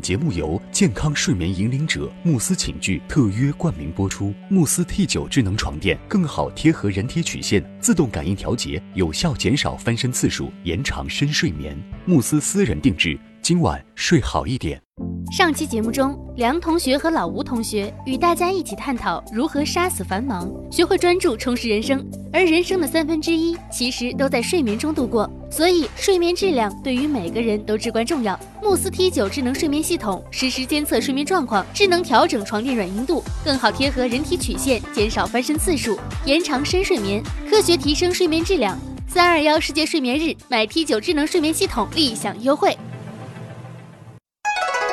节目由健康睡眠引领者慕斯寝具特约冠名播出。慕斯 T 九智能床垫更好贴合人体曲线，自动感应调节，有效减少翻身次数，延长深睡眠。慕斯私人定制，今晚睡好一点。上期节目中，梁同学和老吴同学与大家一起探讨如何杀死繁忙，学会专注充实人生。而人生的三分之一其实都在睡眠中度过，所以睡眠质量对于每个人都至关重要。慕斯 T 九智能睡眠系统实时监测睡眠状况，智能调整床垫软硬度，更好贴合人体曲线，减少翻身次数，延长深睡眠，科学提升睡眠质量。三二幺世界睡眠日，买 T 九智能睡眠系统立享优惠。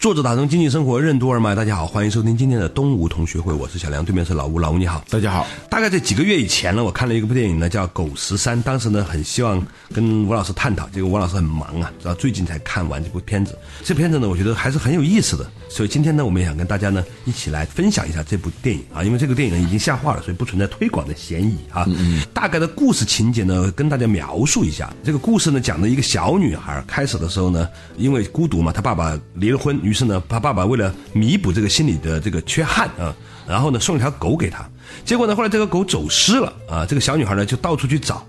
作者打通经济生活任督二脉，大家好，欢迎收听今天的东吴同学会，我是小梁，对面是老吴，老吴你好，大家好。大概在几个月以前呢，我看了一部电影呢，叫《狗十三》，当时呢很希望跟吴老师探讨，结果吴老师很忙啊，直到最近才看完这部片子。这片子呢，我觉得还是很有意思的，所以今天呢，我们也想跟大家呢一起来分享一下这部电影啊，因为这个电影呢已经下画了，所以不存在推广的嫌疑啊。嗯嗯大概的故事情节呢，跟大家描述一下。这个故事呢，讲的一个小女孩，开始的时候呢，因为孤独嘛，她爸爸离了婚。于是呢，他爸爸为了弥补这个心理的这个缺憾啊，然后呢送了条狗给他。结果呢，后来这个狗走失了啊，这个小女孩呢就到处去找，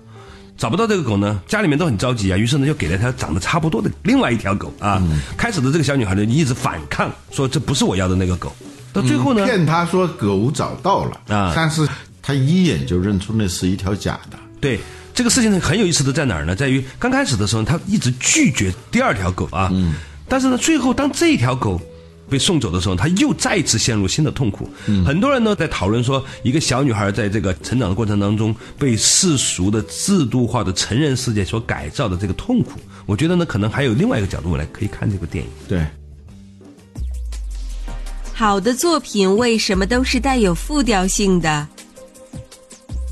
找不到这个狗呢，家里面都很着急啊。于是呢，就给了条长得差不多的另外一条狗啊。嗯、开始的这个小女孩呢一直反抗，说这不是我要的那个狗。到最后呢，嗯、骗他说狗找到了啊，但是他一眼就认出那是一条假的。对。这个事情很有意思的在哪儿呢？在于刚开始的时候，他一直拒绝第二条狗啊。嗯但是呢，最后当这条狗被送走的时候，它又再次陷入新的痛苦。嗯、很多人呢在讨论说，一个小女孩在这个成长的过程当中，被世俗的制度化的成人世界所改造的这个痛苦，我觉得呢，可能还有另外一个角度来可以看这部电影。对，好的作品为什么都是带有复调性的？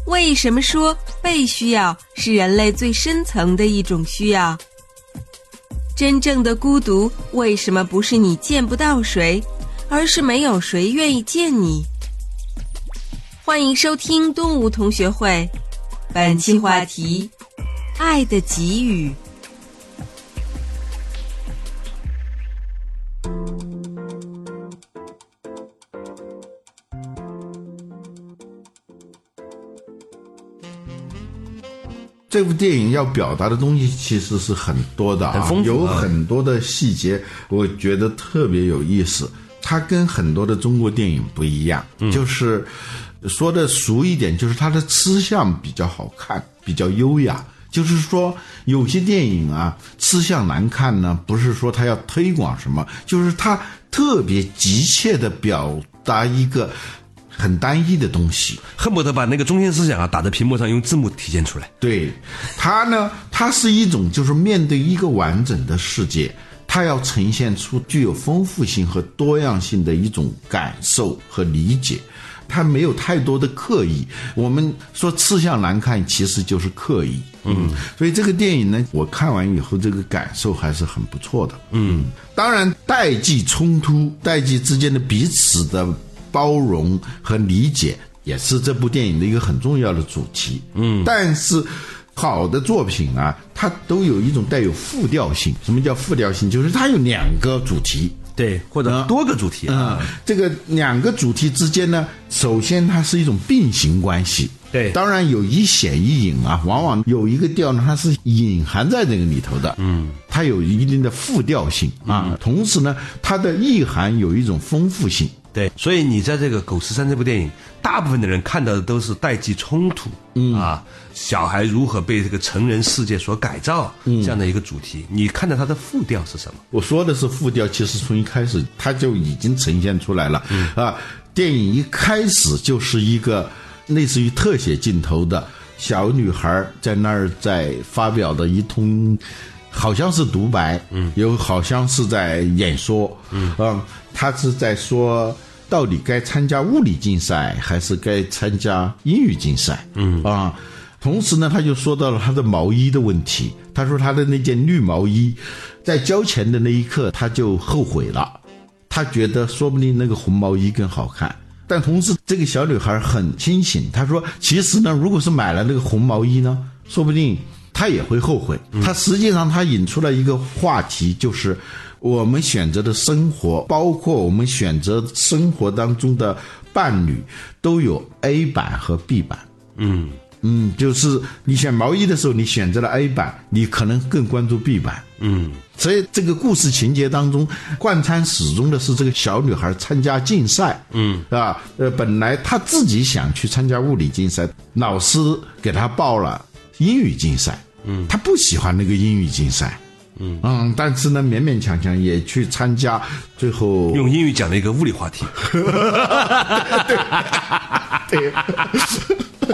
为什么说被需要是人类最深层的一种需要？真正的孤独，为什么不是你见不到谁，而是没有谁愿意见你？欢迎收听东吴同学会，本期话题：爱的给予。这部电影要表达的东西其实是很多的啊，很有很多的细节，我觉得特别有意思。它跟很多的中国电影不一样，嗯、就是说的俗一点，就是它的吃相比较好看，比较优雅。就是说，有些电影啊，吃相难看呢，不是说它要推广什么，就是它特别急切的表达一个。很单一的东西，恨不得把那个中心思想啊打在屏幕上，用字幕体现出来。对，它呢，它是一种就是面对一个完整的世界，它要呈现出具有丰富性和多样性的一种感受和理解，它没有太多的刻意。我们说吃相难看，其实就是刻意。嗯，所以这个电影呢，我看完以后，这个感受还是很不错的。嗯，当然代际冲突、代际之间的彼此的。包容和理解也是这部电影的一个很重要的主题。嗯，但是好的作品啊，它都有一种带有复调性。什么叫复调性？就是它有两个主题，对，或者多个主题啊、嗯嗯。这个两个主题之间呢，首先它是一种并行关系。对，当然有一显一隐啊，往往有一个调呢，它是隐含在这个里头的，嗯，它有一定的复调性啊，嗯、同时呢，它的意涵有一种丰富性。对，所以你在这个《狗十三》这部电影，大部分的人看到的都是代际冲突、嗯、啊，小孩如何被这个成人世界所改造、嗯、这样的一个主题。你看到它的副调是什么？我说的是副调，其实从一开始它就已经呈现出来了、嗯、啊。电影一开始就是一个类似于特写镜头的小女孩在那儿在发表的一通，好像是独啊白，嗯，有好像是在演说，嗯，嗯，她是在说。到底该参加物理竞赛还是该参加英语竞赛？嗯啊。同时呢，他就说到了他的毛衣的问题。他说他的那件绿毛衣，在交钱的那一刻他就后悔了，他觉得说不定那个红毛衣更好看。但同时，这个小女孩很清醒，她说：“其实呢，如果是买了那个红毛衣呢，说不定她也会后悔。”她实际上她引出了一个话题，就是我们选择的生活，包括我们选择生活当中的伴侣，都有 A 版和 B 版。嗯，嗯，就是你选毛衣的时候，你选择了 A 版，你可能更关注 B 版。嗯，所以这个故事情节当中，贯穿始终的是这个小女孩参加竞赛，嗯，是吧？呃，本来她自己想去参加物理竞赛，老师给她报了英语竞赛，嗯，她不喜欢那个英语竞赛，嗯但是呢，勉勉强强也去参加，最后用英语讲了一个物理话题，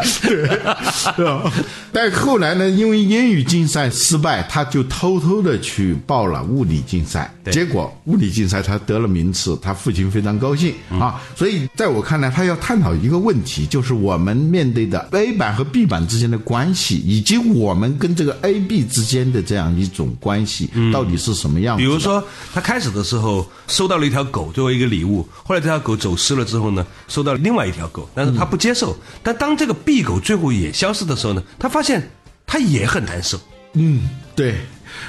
是吧？啊但后来呢，因为英语竞赛失败，他就偷偷的去报了物理竞赛。结果物理竞赛他得了名次，他父亲非常高兴、嗯啊。所以在我看来，他要探讨一个问题，就是我们面对的 A 版和 B 版之间的关系，以及我们跟这个 A、B 之间的这样一种关系，到底是什么样嗯子比的？如说，他开始的时候收到了一条狗作为一个礼物，后来这条狗走失了之后呢，收到了另外一条狗，嗯但是他不接受。但当这个 B 狗最后也消失的时候呢，他发现他也很难受。嗯，对，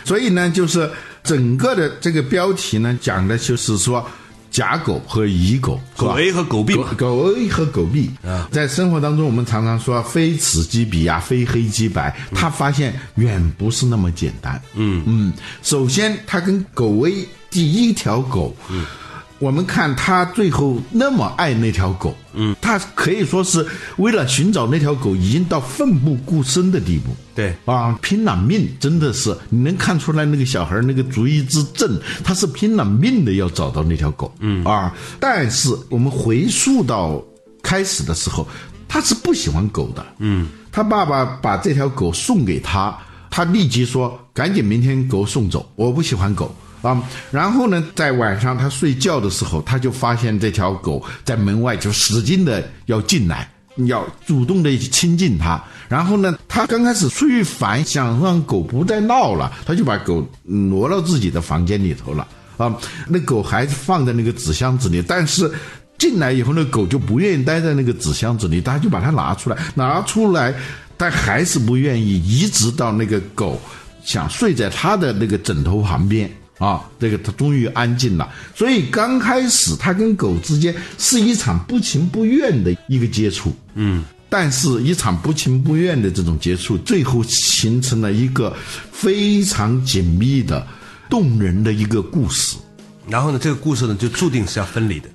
所以呢，就是整个的这个标题呢，讲的就是说甲狗和乙狗，是狗吧 A 和狗 B 狗嘛，狗 A 和狗 B 啊在生活当中，我们常常说非此即彼呀、非黑即白。他发现远不是那么简单。嗯嗯，首先他跟狗 A 第一条狗，嗯，我们看他最后那么爱那条狗，嗯，他可以说是为了寻找那条狗，已经到奋不顾身的地步。对啊，拼了命，真的是你能看出来那个小孩儿那个主意之正，他是拼了命的要找到那条狗，嗯啊，但是我们回溯到开始的时候，他是不喜欢狗的，嗯，他爸爸把这条狗送给他，他立即说赶紧明天狗送走，我不喜欢狗。啊，然后呢，在晚上他睡觉的时候，他就发现这条狗在门外就使劲的要进来，要主动的亲近它。然后呢，他刚开始出于烦，想让狗不再闹了，他就把狗嗯挪到自己的房间里头了。啊，那狗还放在那个纸箱子里，但是进来以后，那狗就不愿意待在那个纸箱子里，他就把它拿出来，拿出来，但还是不愿意，移植到那个狗想睡在他的那个枕头旁边啊，这个他终于安静了。所以刚开始他跟狗之间是一场不情不愿的一个接触，嗯。但是，一场不情不愿的这种接触，最后形成了一个非常紧密的、动人的一个故事。然后呢，这个故事呢就注定是要分离的，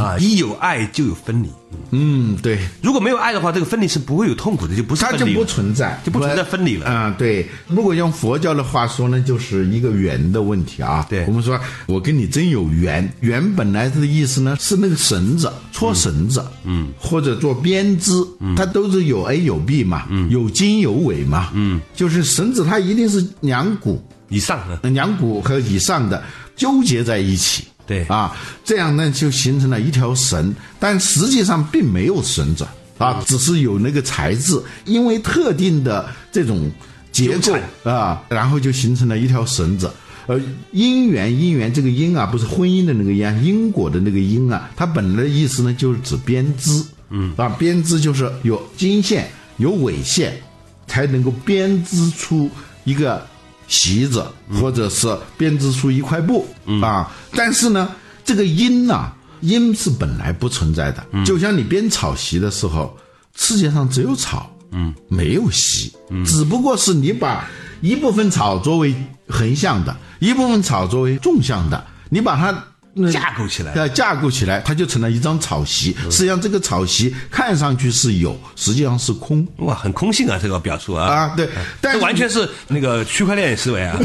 啊，一有爱就有分离。嗯，对，如果没有爱的话，这个分离是不会有痛苦的，就不是它分就离啊不了，存在，就不存在分离了。啊、对。如果用佛教的话说呢，就是一个缘的问题啊。对我们说我跟你真有缘，缘本来的意思呢是那个绳子搓绳子，嗯，或者做编织，嗯它都是有 A 有 B 嘛，嗯，有经有纬嘛，嗯，就是绳子它一定是两股，以上呢，两股和以上的纠结在一起。对啊，这样呢就形成了一条绳，但实际上并没有绳子啊，只是有那个材质，因为特定的这种结构纠啊，然后就形成了一条绳子。呃，因缘，因缘，这个因啊，不是婚姻的那个因啊，因果的那个因啊，它本来的意思呢，就是指编织，嗯，啊，编织就是有经线，有纬线，才能够编织出一个席子，或者是编织出一块布、嗯啊。但是呢，这个因呐、因是本来不存在的。嗯就像你编草席的时候，世界上只有草，嗯，没有席，嗯，只不过是你把一部分草作为横向的，一部分草作为纵向的，你把它。那架构起来嗯呃，架构起来，它就成了一张草席。实际上，这个草席看上去是有，实际上是空。哇，很空性啊，这个表述啊，啊，对，但这是完全是那个区块链思维 啊，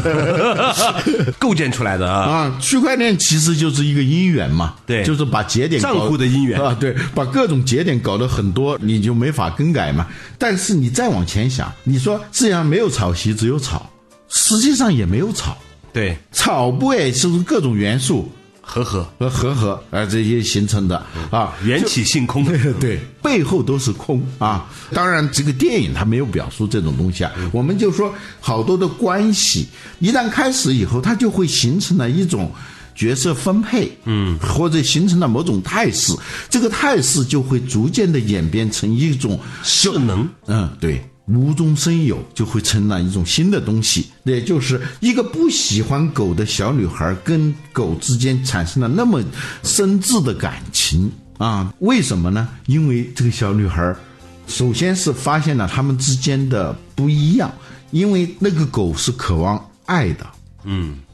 构建出来的啊。啊，区块链其实就是一个因缘嘛，对就是把节点搞账户的因缘啊，对，把各种节点搞得很多，你就没法更改嘛。但是你再往前想，你说世界上没有草席，只有草，实际上也没有草，对，草不也是各种元素和和和和合啊这些形成的嗯啊，缘起性空的， 对，背后都是空啊。当然，这个电影它没有表述这种东西啊。我们就说好多的关系，一旦开始以后，它就会形成了一种角色分配，嗯，或者形成了某种态势。这个态势就会逐渐的演变成一种势能，嗯，对，无中生有就会成了一种新的东西，也就是一个不喜欢狗的小女孩跟狗之间产生了那么深挚的感情啊？为什么呢？因为这个小女孩，首先是发现了他们之间的不一样，因为那个狗是渴望爱的，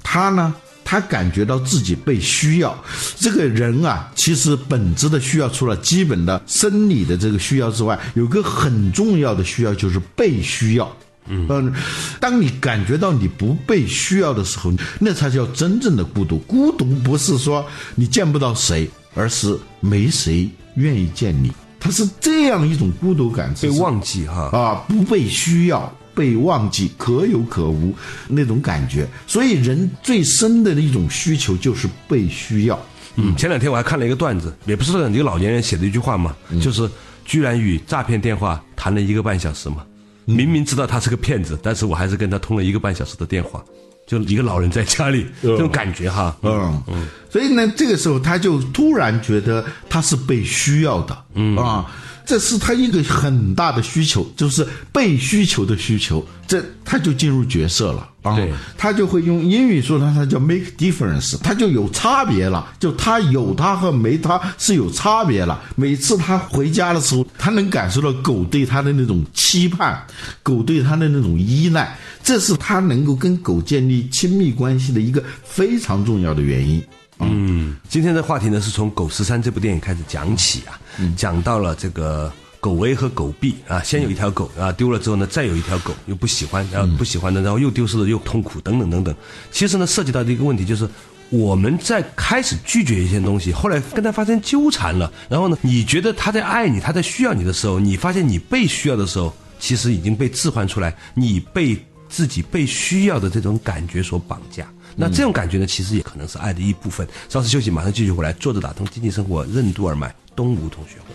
他呢，他感觉到自己被需要。这个人啊，其实本质的需要，除了基本的生理的这个需要之外，有个很重要的需要就是被需要。嗯、当你感觉到你不被需要的时候，那才叫真正的孤独。孤独不是说你见不到谁，而是没谁愿意见你。它是这样一种孤独感，被只是忘记哈。啊，不被需要、被忘记、可有可无那种感觉。所以人最深的一种需求就是被需要。嗯，前两天我还看了一个段子，也不是段子，一个老年人写的一句话嘛，就是居然与诈骗电话谈了一个半小时嘛，明明知道他是个骗子，但是我还是跟他通了一个半小时的电话，就一个老人在家里，这种感觉哈，嗯，所以呢，这个时候他就突然觉得他是被需要的，嗯啊，这是他一个很大的需求，就是被需求的需求，这他就进入角色了啊对，他就会用英语说呢，他叫 make difference，他就有差别了，就他有他和没他是有差别了。每次他回家的时候，他能感受到狗对他的那种期盼，狗对他的那种依赖，这是他能够跟狗建立亲密关系的一个非常重要的原因。嗯今天的话题呢，是从《狗十三》这部电影开始讲起啊，讲到了这个狗 A 和狗 B 啊，先有一条狗啊丢了之后呢，再有一条狗又不喜欢，然后不喜欢的，然后又丢失了，又痛苦等等等等。其实呢，涉及到的一个问题就是。我们在开始拒绝一些东西，后来跟他发生纠缠了，然后呢，你觉得他在爱你，他在需要你的时候，你发现你被需要的时候，其实已经被置换出来，你被自己被需要的这种感觉所绑架。那这种感觉呢，其实也可能是爱的一部分。稍事休息，马上继续回来。坐着打通经济生活，任督二脉，东吴同学会。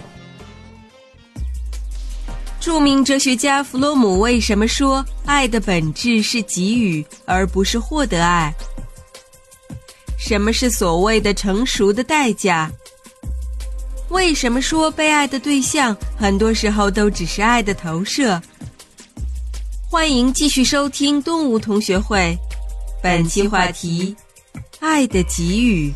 著名哲学家弗洛姆为什么说爱的本质是给予，而不是获得爱？什么是所谓的成熟的代价？为什么说被爱的对象很多时候都只是爱的投射？欢迎继续收听东吴同学会，本期话题：爱的给予。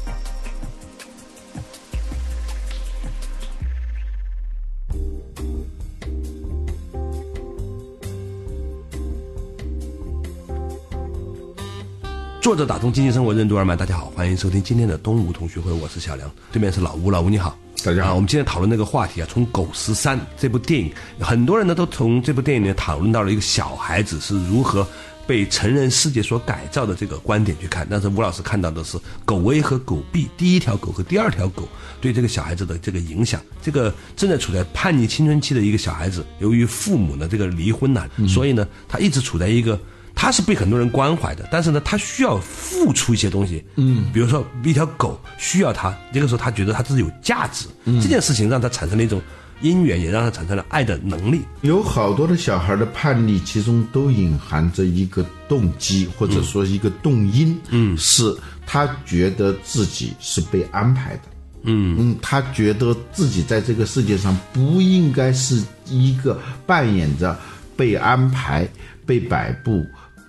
坐着打通经济生活，任督二脉。大家好，欢迎收听今天的东吴同学会，我是小梁，对面是老吴，老吴你好。大家好啊我们今天讨论那个话题啊，从《狗十三》这部电影，很多人呢都从这部电影里讨论到了一个小孩子是如何被成人世界所改造的这个观点去看。但是吴老师看到的是狗 A 和狗 B，第一条狗和第二条狗对这个小孩子的这个影响。这个正在处在叛逆青春期的一个小孩子，由于父母呢这个离婚呐、嗯所以呢他一直处在一个。他是被很多人关怀的，但是呢，他需要付出一些东西，嗯，比如说一条狗需要他，这个时候他觉得他自己有价值，这件事情让他产生了一种因缘，也让他产生了爱的能力。有好多的小孩的叛逆，其中都隐含着一个动机，或者说一个动因，嗯，是他觉得自己是被安排的，嗯嗯，他觉得自己在这个世界上不应该是一个扮演着被安排、被摆布。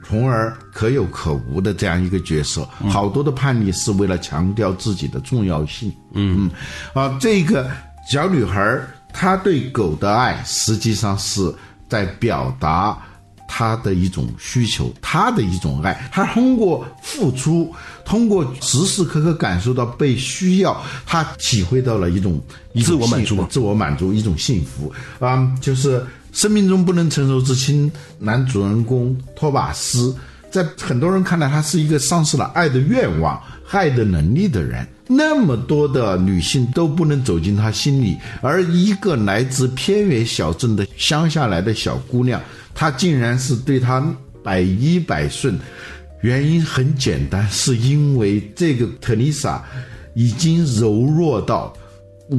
从而可有可无的这样一个角色，好多的叛逆是为了强调自己的重要性。嗯嗯，啊，这个小女孩儿她对狗的爱，实际上是在表达她的一种需求，她的一种爱。她通过付出，通过时时刻刻感受到被需要，她体会到了一种一种自我满足幸福自我满足，一种幸福啊、就是生命中不能承受之轻。男主人公托马斯，在很多人看来，他是一个丧失了爱的愿望、爱的能力的人。那么多的女性都不能走进他心里，而一个来自偏远小镇的乡下来的小姑娘，她竟然是对他百依百顺。原因很简单，是因为这个特丽莎已经柔弱到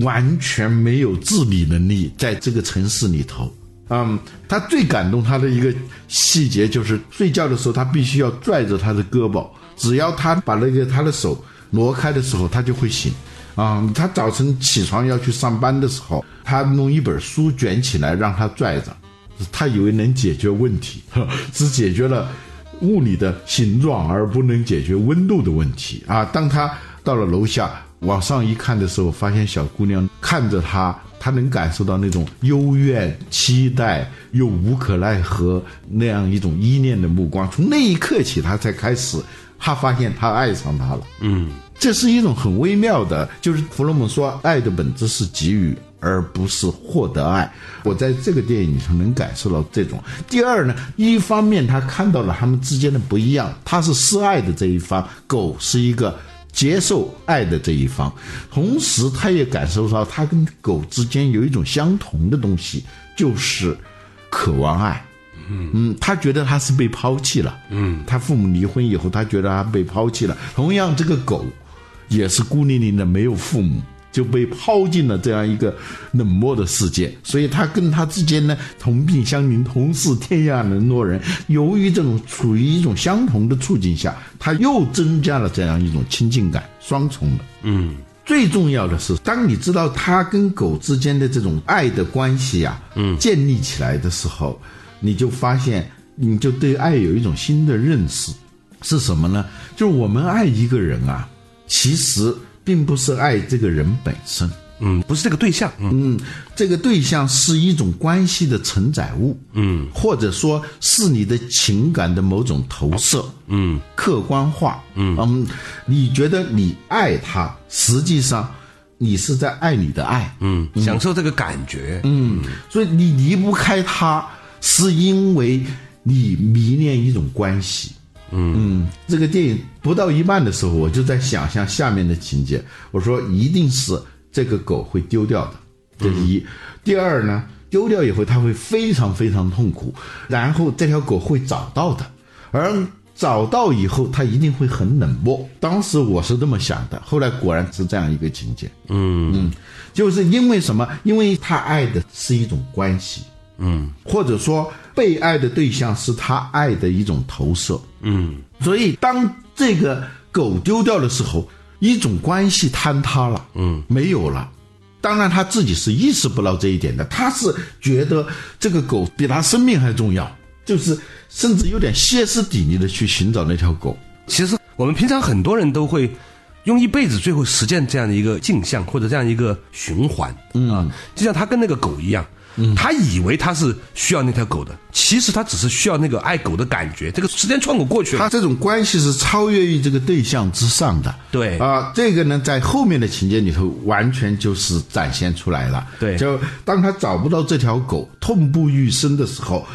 完全没有自理能力，在这个城市里头。嗯，他最感动他的一个细节就是睡觉的时候，他必须要拽着他的胳膊，只要他把那个他的手挪开的时候，他就会醒。啊、嗯，他早晨起床要去上班的时候，他弄一本书卷起来让他拽着，他以为能解决问题， 呵只解决了物理的形状，而不能解决温度的问题啊。当他到了楼下往上一看的时候，发现小姑娘看着他，他能感受到那种幽怨、期待又无可奈何那样一种依恋的目光。从那一刻起，他才开始，他发现他爱上他了。嗯，这是一种很微妙的，就是弗洛姆说，爱的本质是给予，而不是获得爱。我在这个电影里头能感受到这种。第二呢，一方面他看到了他们之间的不一样，他是示爱的这一方，狗是一个接受爱的这一方，同时他也感受到他跟狗之间有一种相同的东西，就是渴望爱。嗯，他觉得他是被抛弃了。嗯，他父母离婚以后，他觉得他被抛弃了。同样，这个狗也是孤零零的，没有父母，就被抛进了这样一个冷漠的世界。所以，他跟他之间呢，同病相怜，同是天涯沦落人。由于这种处于一种相同的处境下，他又增加了这样一种亲近感，双重的。嗯，最重要的是，当你知道他跟狗之间的这种爱的关系呀、嗯，建立起来的时候，你就发现，你就对爱有一种新的认识，是什么呢？就是我们爱一个人啊，其实并不是爱这个人本身，嗯，不是这个对象，嗯嗯，这个对象是一种关系的承载物，嗯，或者说是你的情感的某种投射，嗯，客观化，嗯你觉得你爱他，实际上你是在爱你的爱，嗯，享受这个感觉，嗯，嗯，所以你离不开他，是因为你迷恋一种关系。嗯这个电影不到一半的时候，我就在想象下面的情节。我说，一定是这个狗会丢掉的，这是一。第二呢，丢掉以后它会非常非常痛苦，然后这条狗会找到的，而找到以后它一定会很冷漠。当时我是这么想的，后来果然是这样一个情节。就是因为什么？因为他爱的是一种关系，嗯，或者说被爱的对象是他爱的一种投射，嗯，所以当这个狗丢掉的时候，一种关系坍塌了，嗯，没有了。当然他自己是意识不到这一点的，他是觉得这个狗比他生命还重要，就是甚至有点歇斯底里的去寻找那条狗，其实我们平常很多人都会用一辈子最后实践这样的一个镜像或者这样一个循环，嗯啊，就像他跟那个狗一样。他以为他是需要那条狗的，其实他只是需要那个爱狗的感觉。这个时间窗口过去他了，这种关系是超越于这个对象之上的。对啊、这个呢，在后面的情节里头完全就是展现出来了。对就当他找不到这条狗，痛不欲生的时候，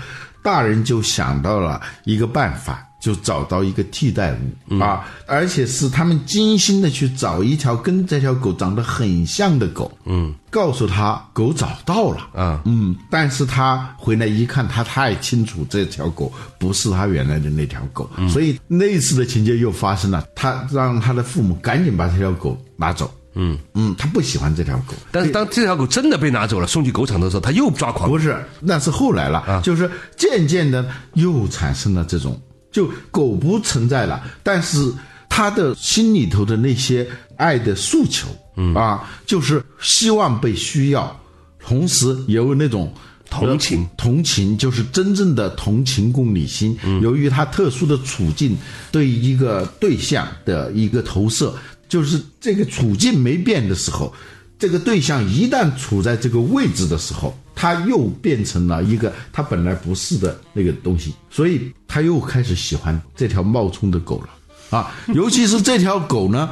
大人就想到了一个办法。就找到一个替代物啊，而且是他们精心的去找一条跟这条狗长得很像的狗，嗯，告诉他狗找到了，啊嗯，但是他回来一看，他太清楚这条狗不是他原来的那条狗，所以类似的情节又发生了。他让他的父母赶紧把这条狗拿走。嗯嗯，他不喜欢这条狗，但是当这条狗真的被拿走了，送去狗场的时候，他又抓狂不。是，那是后来了，就是渐渐的又产生了这种，就狗不存在了，但是他的心里头的那些爱的诉求，嗯啊，就是希望被需要，同时也有那种。同情，同情就是真正的同情共理心。嗯由于他特殊的处境对一个对象的一个投射，就是这个处境没变的时候，这个对象一旦处在这个位置的时候，他又变成了一个他本来不是的那个东西，所以他又开始喜欢这条冒充的狗了啊！ 尤其是这条狗呢。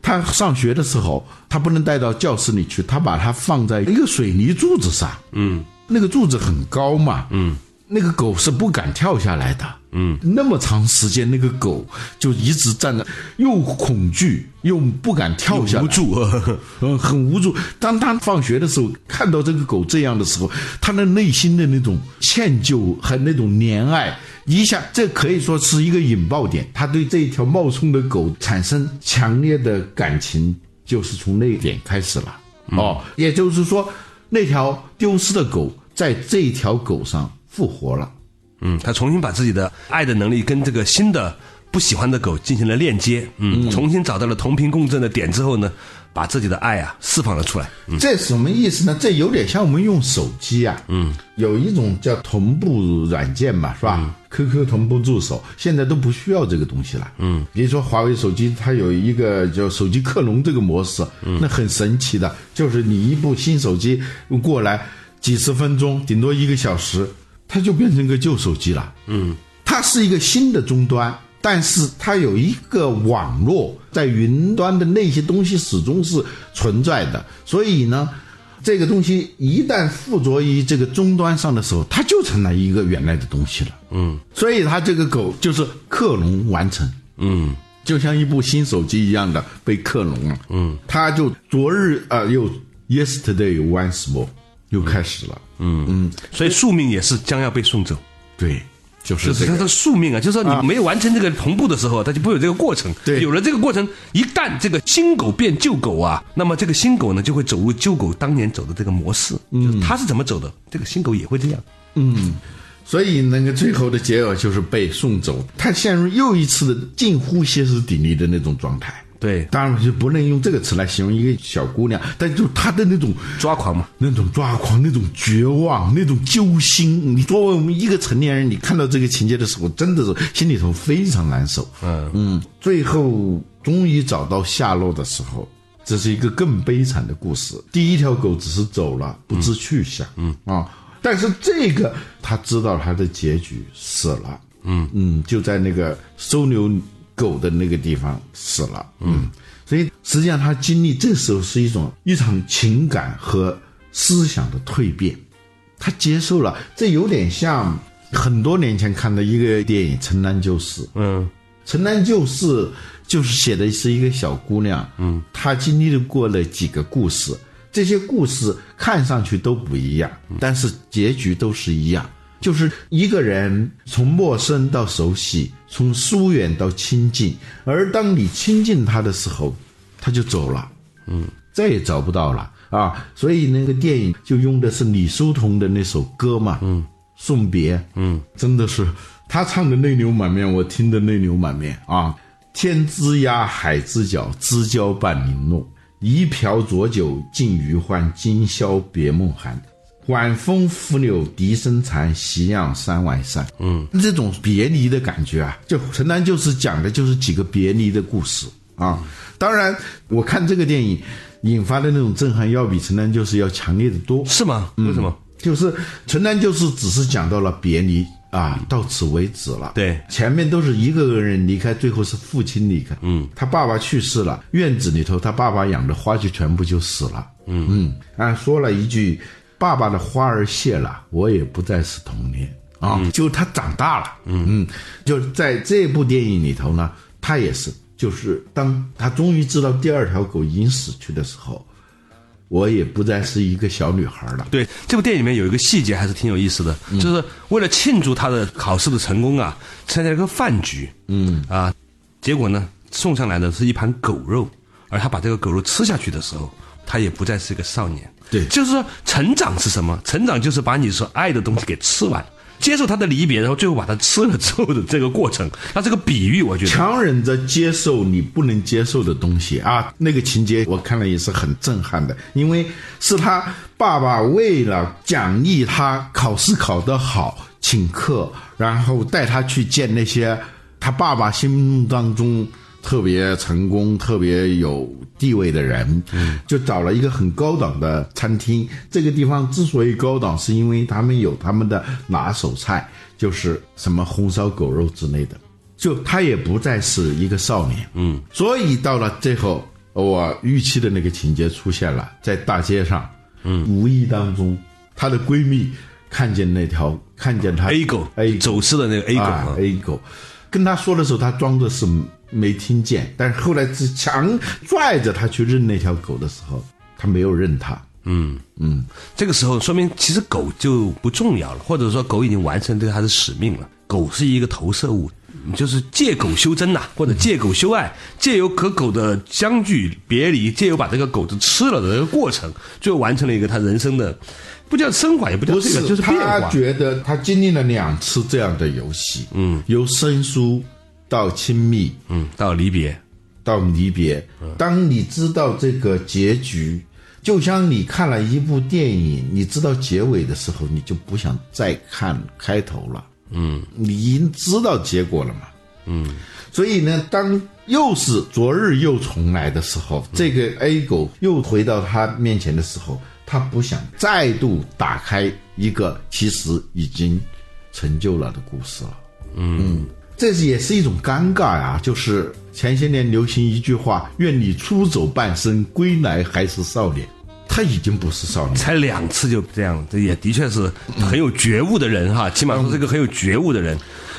他上学的时候，他不能带到教室里去，他把它放在一个水泥柱子上。嗯，那个柱子很高嘛。嗯，那个狗是不敢跳下来的，嗯，那么长时间，那个狗就一直站着，又恐惧又不敢跳下来，无助，呵呵 嗯，很无助。当他放学的时候看到这个狗这样的时候，他的内心的那种歉疚和那种怜爱，一下这可以说是一个引爆点。他对这一条冒充的狗产生强烈的感情，就是从那一点开始了。哦，也就是说，那条丢失的狗在这一条狗上复活了。嗯，他重新把自己的爱的能力跟这个新的不喜欢的狗进行了链接，嗯，重新找到了同频共振的点之后呢，把自己的爱啊释放了出来，嗯，这什么意思呢？这有点像我们用手机啊，嗯，有一种叫同步软件嘛，是吧、q q 同步助手现在都不需要这个东西了，嗯，比如说华为手机，它有一个叫手机克隆这个模式，嗯、那很神奇的，就是你一部新手机过来几十分钟，顶多一个小时，它就变成个旧手机了，嗯，它是一个新的终端，但是它有一个网络在云端的那些东西始终是存在的，所以呢，这个东西一旦附着于这个终端上的时候，它就成了一个原来的东西了。嗯，所以它这个狗就是克隆完成。嗯。就像一部新手机一样的被克隆了，嗯，它就昨日啊、呃、又 yesterday once more 又开始了，所以宿命也是将要被送走，对，就是就是这他个的宿命啊，就是说你没有完成这个同步的时候，它就不会有这个过程。对有了这个过程，一旦这个新狗变旧狗啊，那么这个新狗呢就会走入旧狗当年走的这个模式。嗯，它是怎么走的，这个新狗也会这样。所以那个最后的结果就是被送走，他陷入又一次的近乎歇斯底里的那种状态。对，当然就不能用这个词来形容一个小姑娘，但就她的那种抓狂嘛。那种抓狂、那种绝望、那种揪心。你作为我们一个成年人，你看到这个情节的时候，真的是心里头非常难受。嗯嗯，最后终于找到下落的时候，这是一个更悲惨的故事。第一条狗只是走了，不知去向。嗯啊，但是这个他知道他的结局，死了。嗯嗯，就在那个收留狗的那个地方死了。嗯，所以实际上他经历这时候是一种一场情感和思想的蜕变，他接受了，这有点像很多年前看的一个电影《城南旧事》。嗯，城南旧事就是写的是一个小姑娘，嗯，她经历过了几个故事，这些故事看上去都不一样，但是结局都是一样，就是一个人从陌生到熟悉，从疏远到亲近，而当你亲近他的时候，他就走了，再也找不到了啊！所以那个电影就用的是李叔同的那首歌嘛，嗯，送别，嗯，真的是他唱的泪流满面，我听得泪流满面啊！天之涯，海之角，知交半零落。一瓢浊酒尽余欢，今宵别梦寒。晚风拂柳笛声残，夕阳山外山。嗯，这种别离的感觉啊，就陈丹就是讲的就是几个别离的故事啊。当然，我看这个电影引发的那种震撼，要比陈丹就是要强烈的多。是吗？嗯为什么？就是陈丹就是只是讲到了别离啊，到此为止了。对前面都是一个个人离开，最后是父亲离开。嗯，他爸爸去世了，院子里头他爸爸养的花就全部就死了。嗯嗯，啊，说了一句：“爸爸的花儿谢了，我也不再是童年。”啊，就他长大了。嗯嗯，就在这部电影里头呢，他也是，就是当他终于知道第二条狗已经死去的时候，我也不再是一个小女孩了。对，这部电影里面有一个细节还是挺有意思的，嗯就是为了庆祝他的考试的成功啊，参加了一个饭局，嗯啊，结果呢送上来的是一盘狗肉，而他把这个狗肉吃下去的时候，他也不再是一个少年。对就是说成长是什么？成长就是把你所爱的东西给吃完，接受他的离别，然后最后把它吃了之后的这个过程。它这个比喻，我觉得强忍着接受你不能接受的东西啊，那个情节我看了也是很震撼的，因为是他爸爸为了奖励他考试考得好，请客，然后带他去见那些他爸爸心目当中特别成功、特别有地位的人，嗯就找了一个很高档的餐厅。这个地方之所以高档，是因为他们有他们的拿手菜，就是什么红烧狗肉之类的。就他也不再是一个少年，嗯，所以到了最后，我预期的那个情节出现了，在大街上，嗯，无意当中，她的闺蜜看见那条，看见他 A 狗 A 走私的那个 A 狗啊啊， ，A 狗，跟他说的时候，他装作是没听见，但是后来是强拽着他去认那条狗的时候，他没有认他。这个时候说明其实狗就不重要了，或者说狗已经完成对它的使命了。狗是一个投射物，就是借狗修真呐、或者借狗修爱，借由和狗的相聚别离，借由把这个狗子吃了的这个过程，最后完成了一个他人生的，不叫升华，也不叫不这个，就是变他化。觉得他经历了两次这样的游戏，嗯，由生疏到亲密，嗯，到离别，到离别。当你知道这个结局，就像你看了一部电影，你知道结尾的时候，你就不想再看开头了。嗯，你已经知道结果了嘛。嗯，所以呢，当又是昨日又重来的时候，这个 A 狗又回到他面前的时候，他不想再度打开一个其实已经成就了的故事了。嗯这也是一种尴尬呀、就是前些年流行一句话：“愿你出走半生，归来还是少年。”他已经不是少年，才两次就这样了，这也的确是很有觉悟的人嗯哈，起码说是个很有觉悟的人，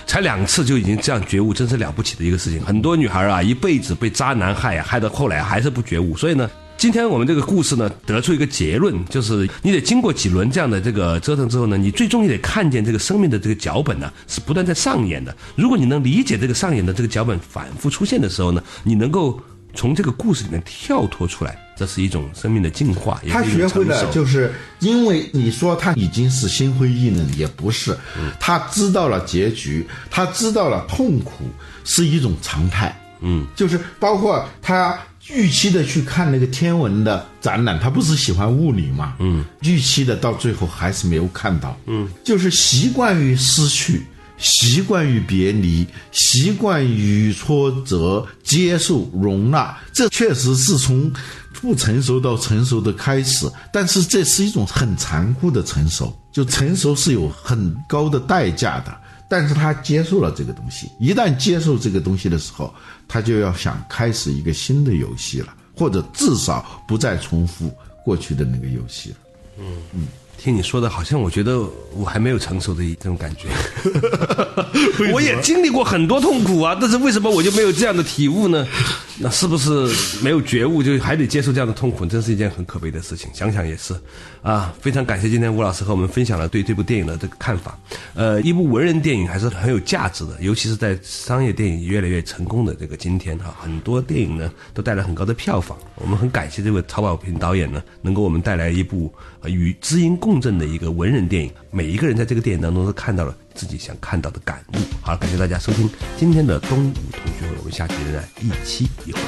才两次就已经这样觉悟，真是了不起的一个事情。很多女孩啊，一辈子被渣男害啊，害到后来还是不觉悟，所以呢。今天我们这个故事呢，得出一个结论，就是你得经过几轮这样的这个折腾之后呢，你最终也得看见这个生命的这个脚本呢是不断在上演的。如果你能理解这个上演的这个脚本反复出现的时候呢，你能够从这个故事里面跳脱出来，这是一种生命的进化，也他是一学种会成了，熟就是因为你说他已经是心灰意冷，也不是，嗯他知道了结局，他知道了痛苦是一种常态，嗯，就是包括他预期的去看那个天文的展览，他不是喜欢物理嘛，嗯，预期的到最后还是没有看到，嗯，就是习惯于失去。习惯于别离，习惯于挫折，接受容纳，这确实是从不成熟到成熟的开始。但是这是一种很残酷的成熟，就成熟是有很高的代价的。但是他接受了这个东西，一旦接受这个东西的时候，他就要想开始一个新的游戏了，或者至少不再重复过去的那个游戏了。听你说的，好像我觉得我还没有成熟的一这种感觉。 我也经历过很多痛苦啊，但是为什么我就没有这样的体悟呢？ 那是不是没有觉悟，就还得接受这样的痛苦？真是一件很可悲的事情。想想也是，啊，非常感谢今天吴老师和我们分享了对这部电影的这个看法。呃，一部文人电影还是很有价值的，尤其是在商业电影越来越成功的这个今天哈、很多电影呢都带来很高的票房。我们很感谢这位曹保平导演呢，能给我们带来一部呃与知音共振的一个文人电影。每一个人在这个电影当中都看到了自己想看到的感悟。好了，感谢大家收听今天的东吴同学会，我们下期仍然一期一会。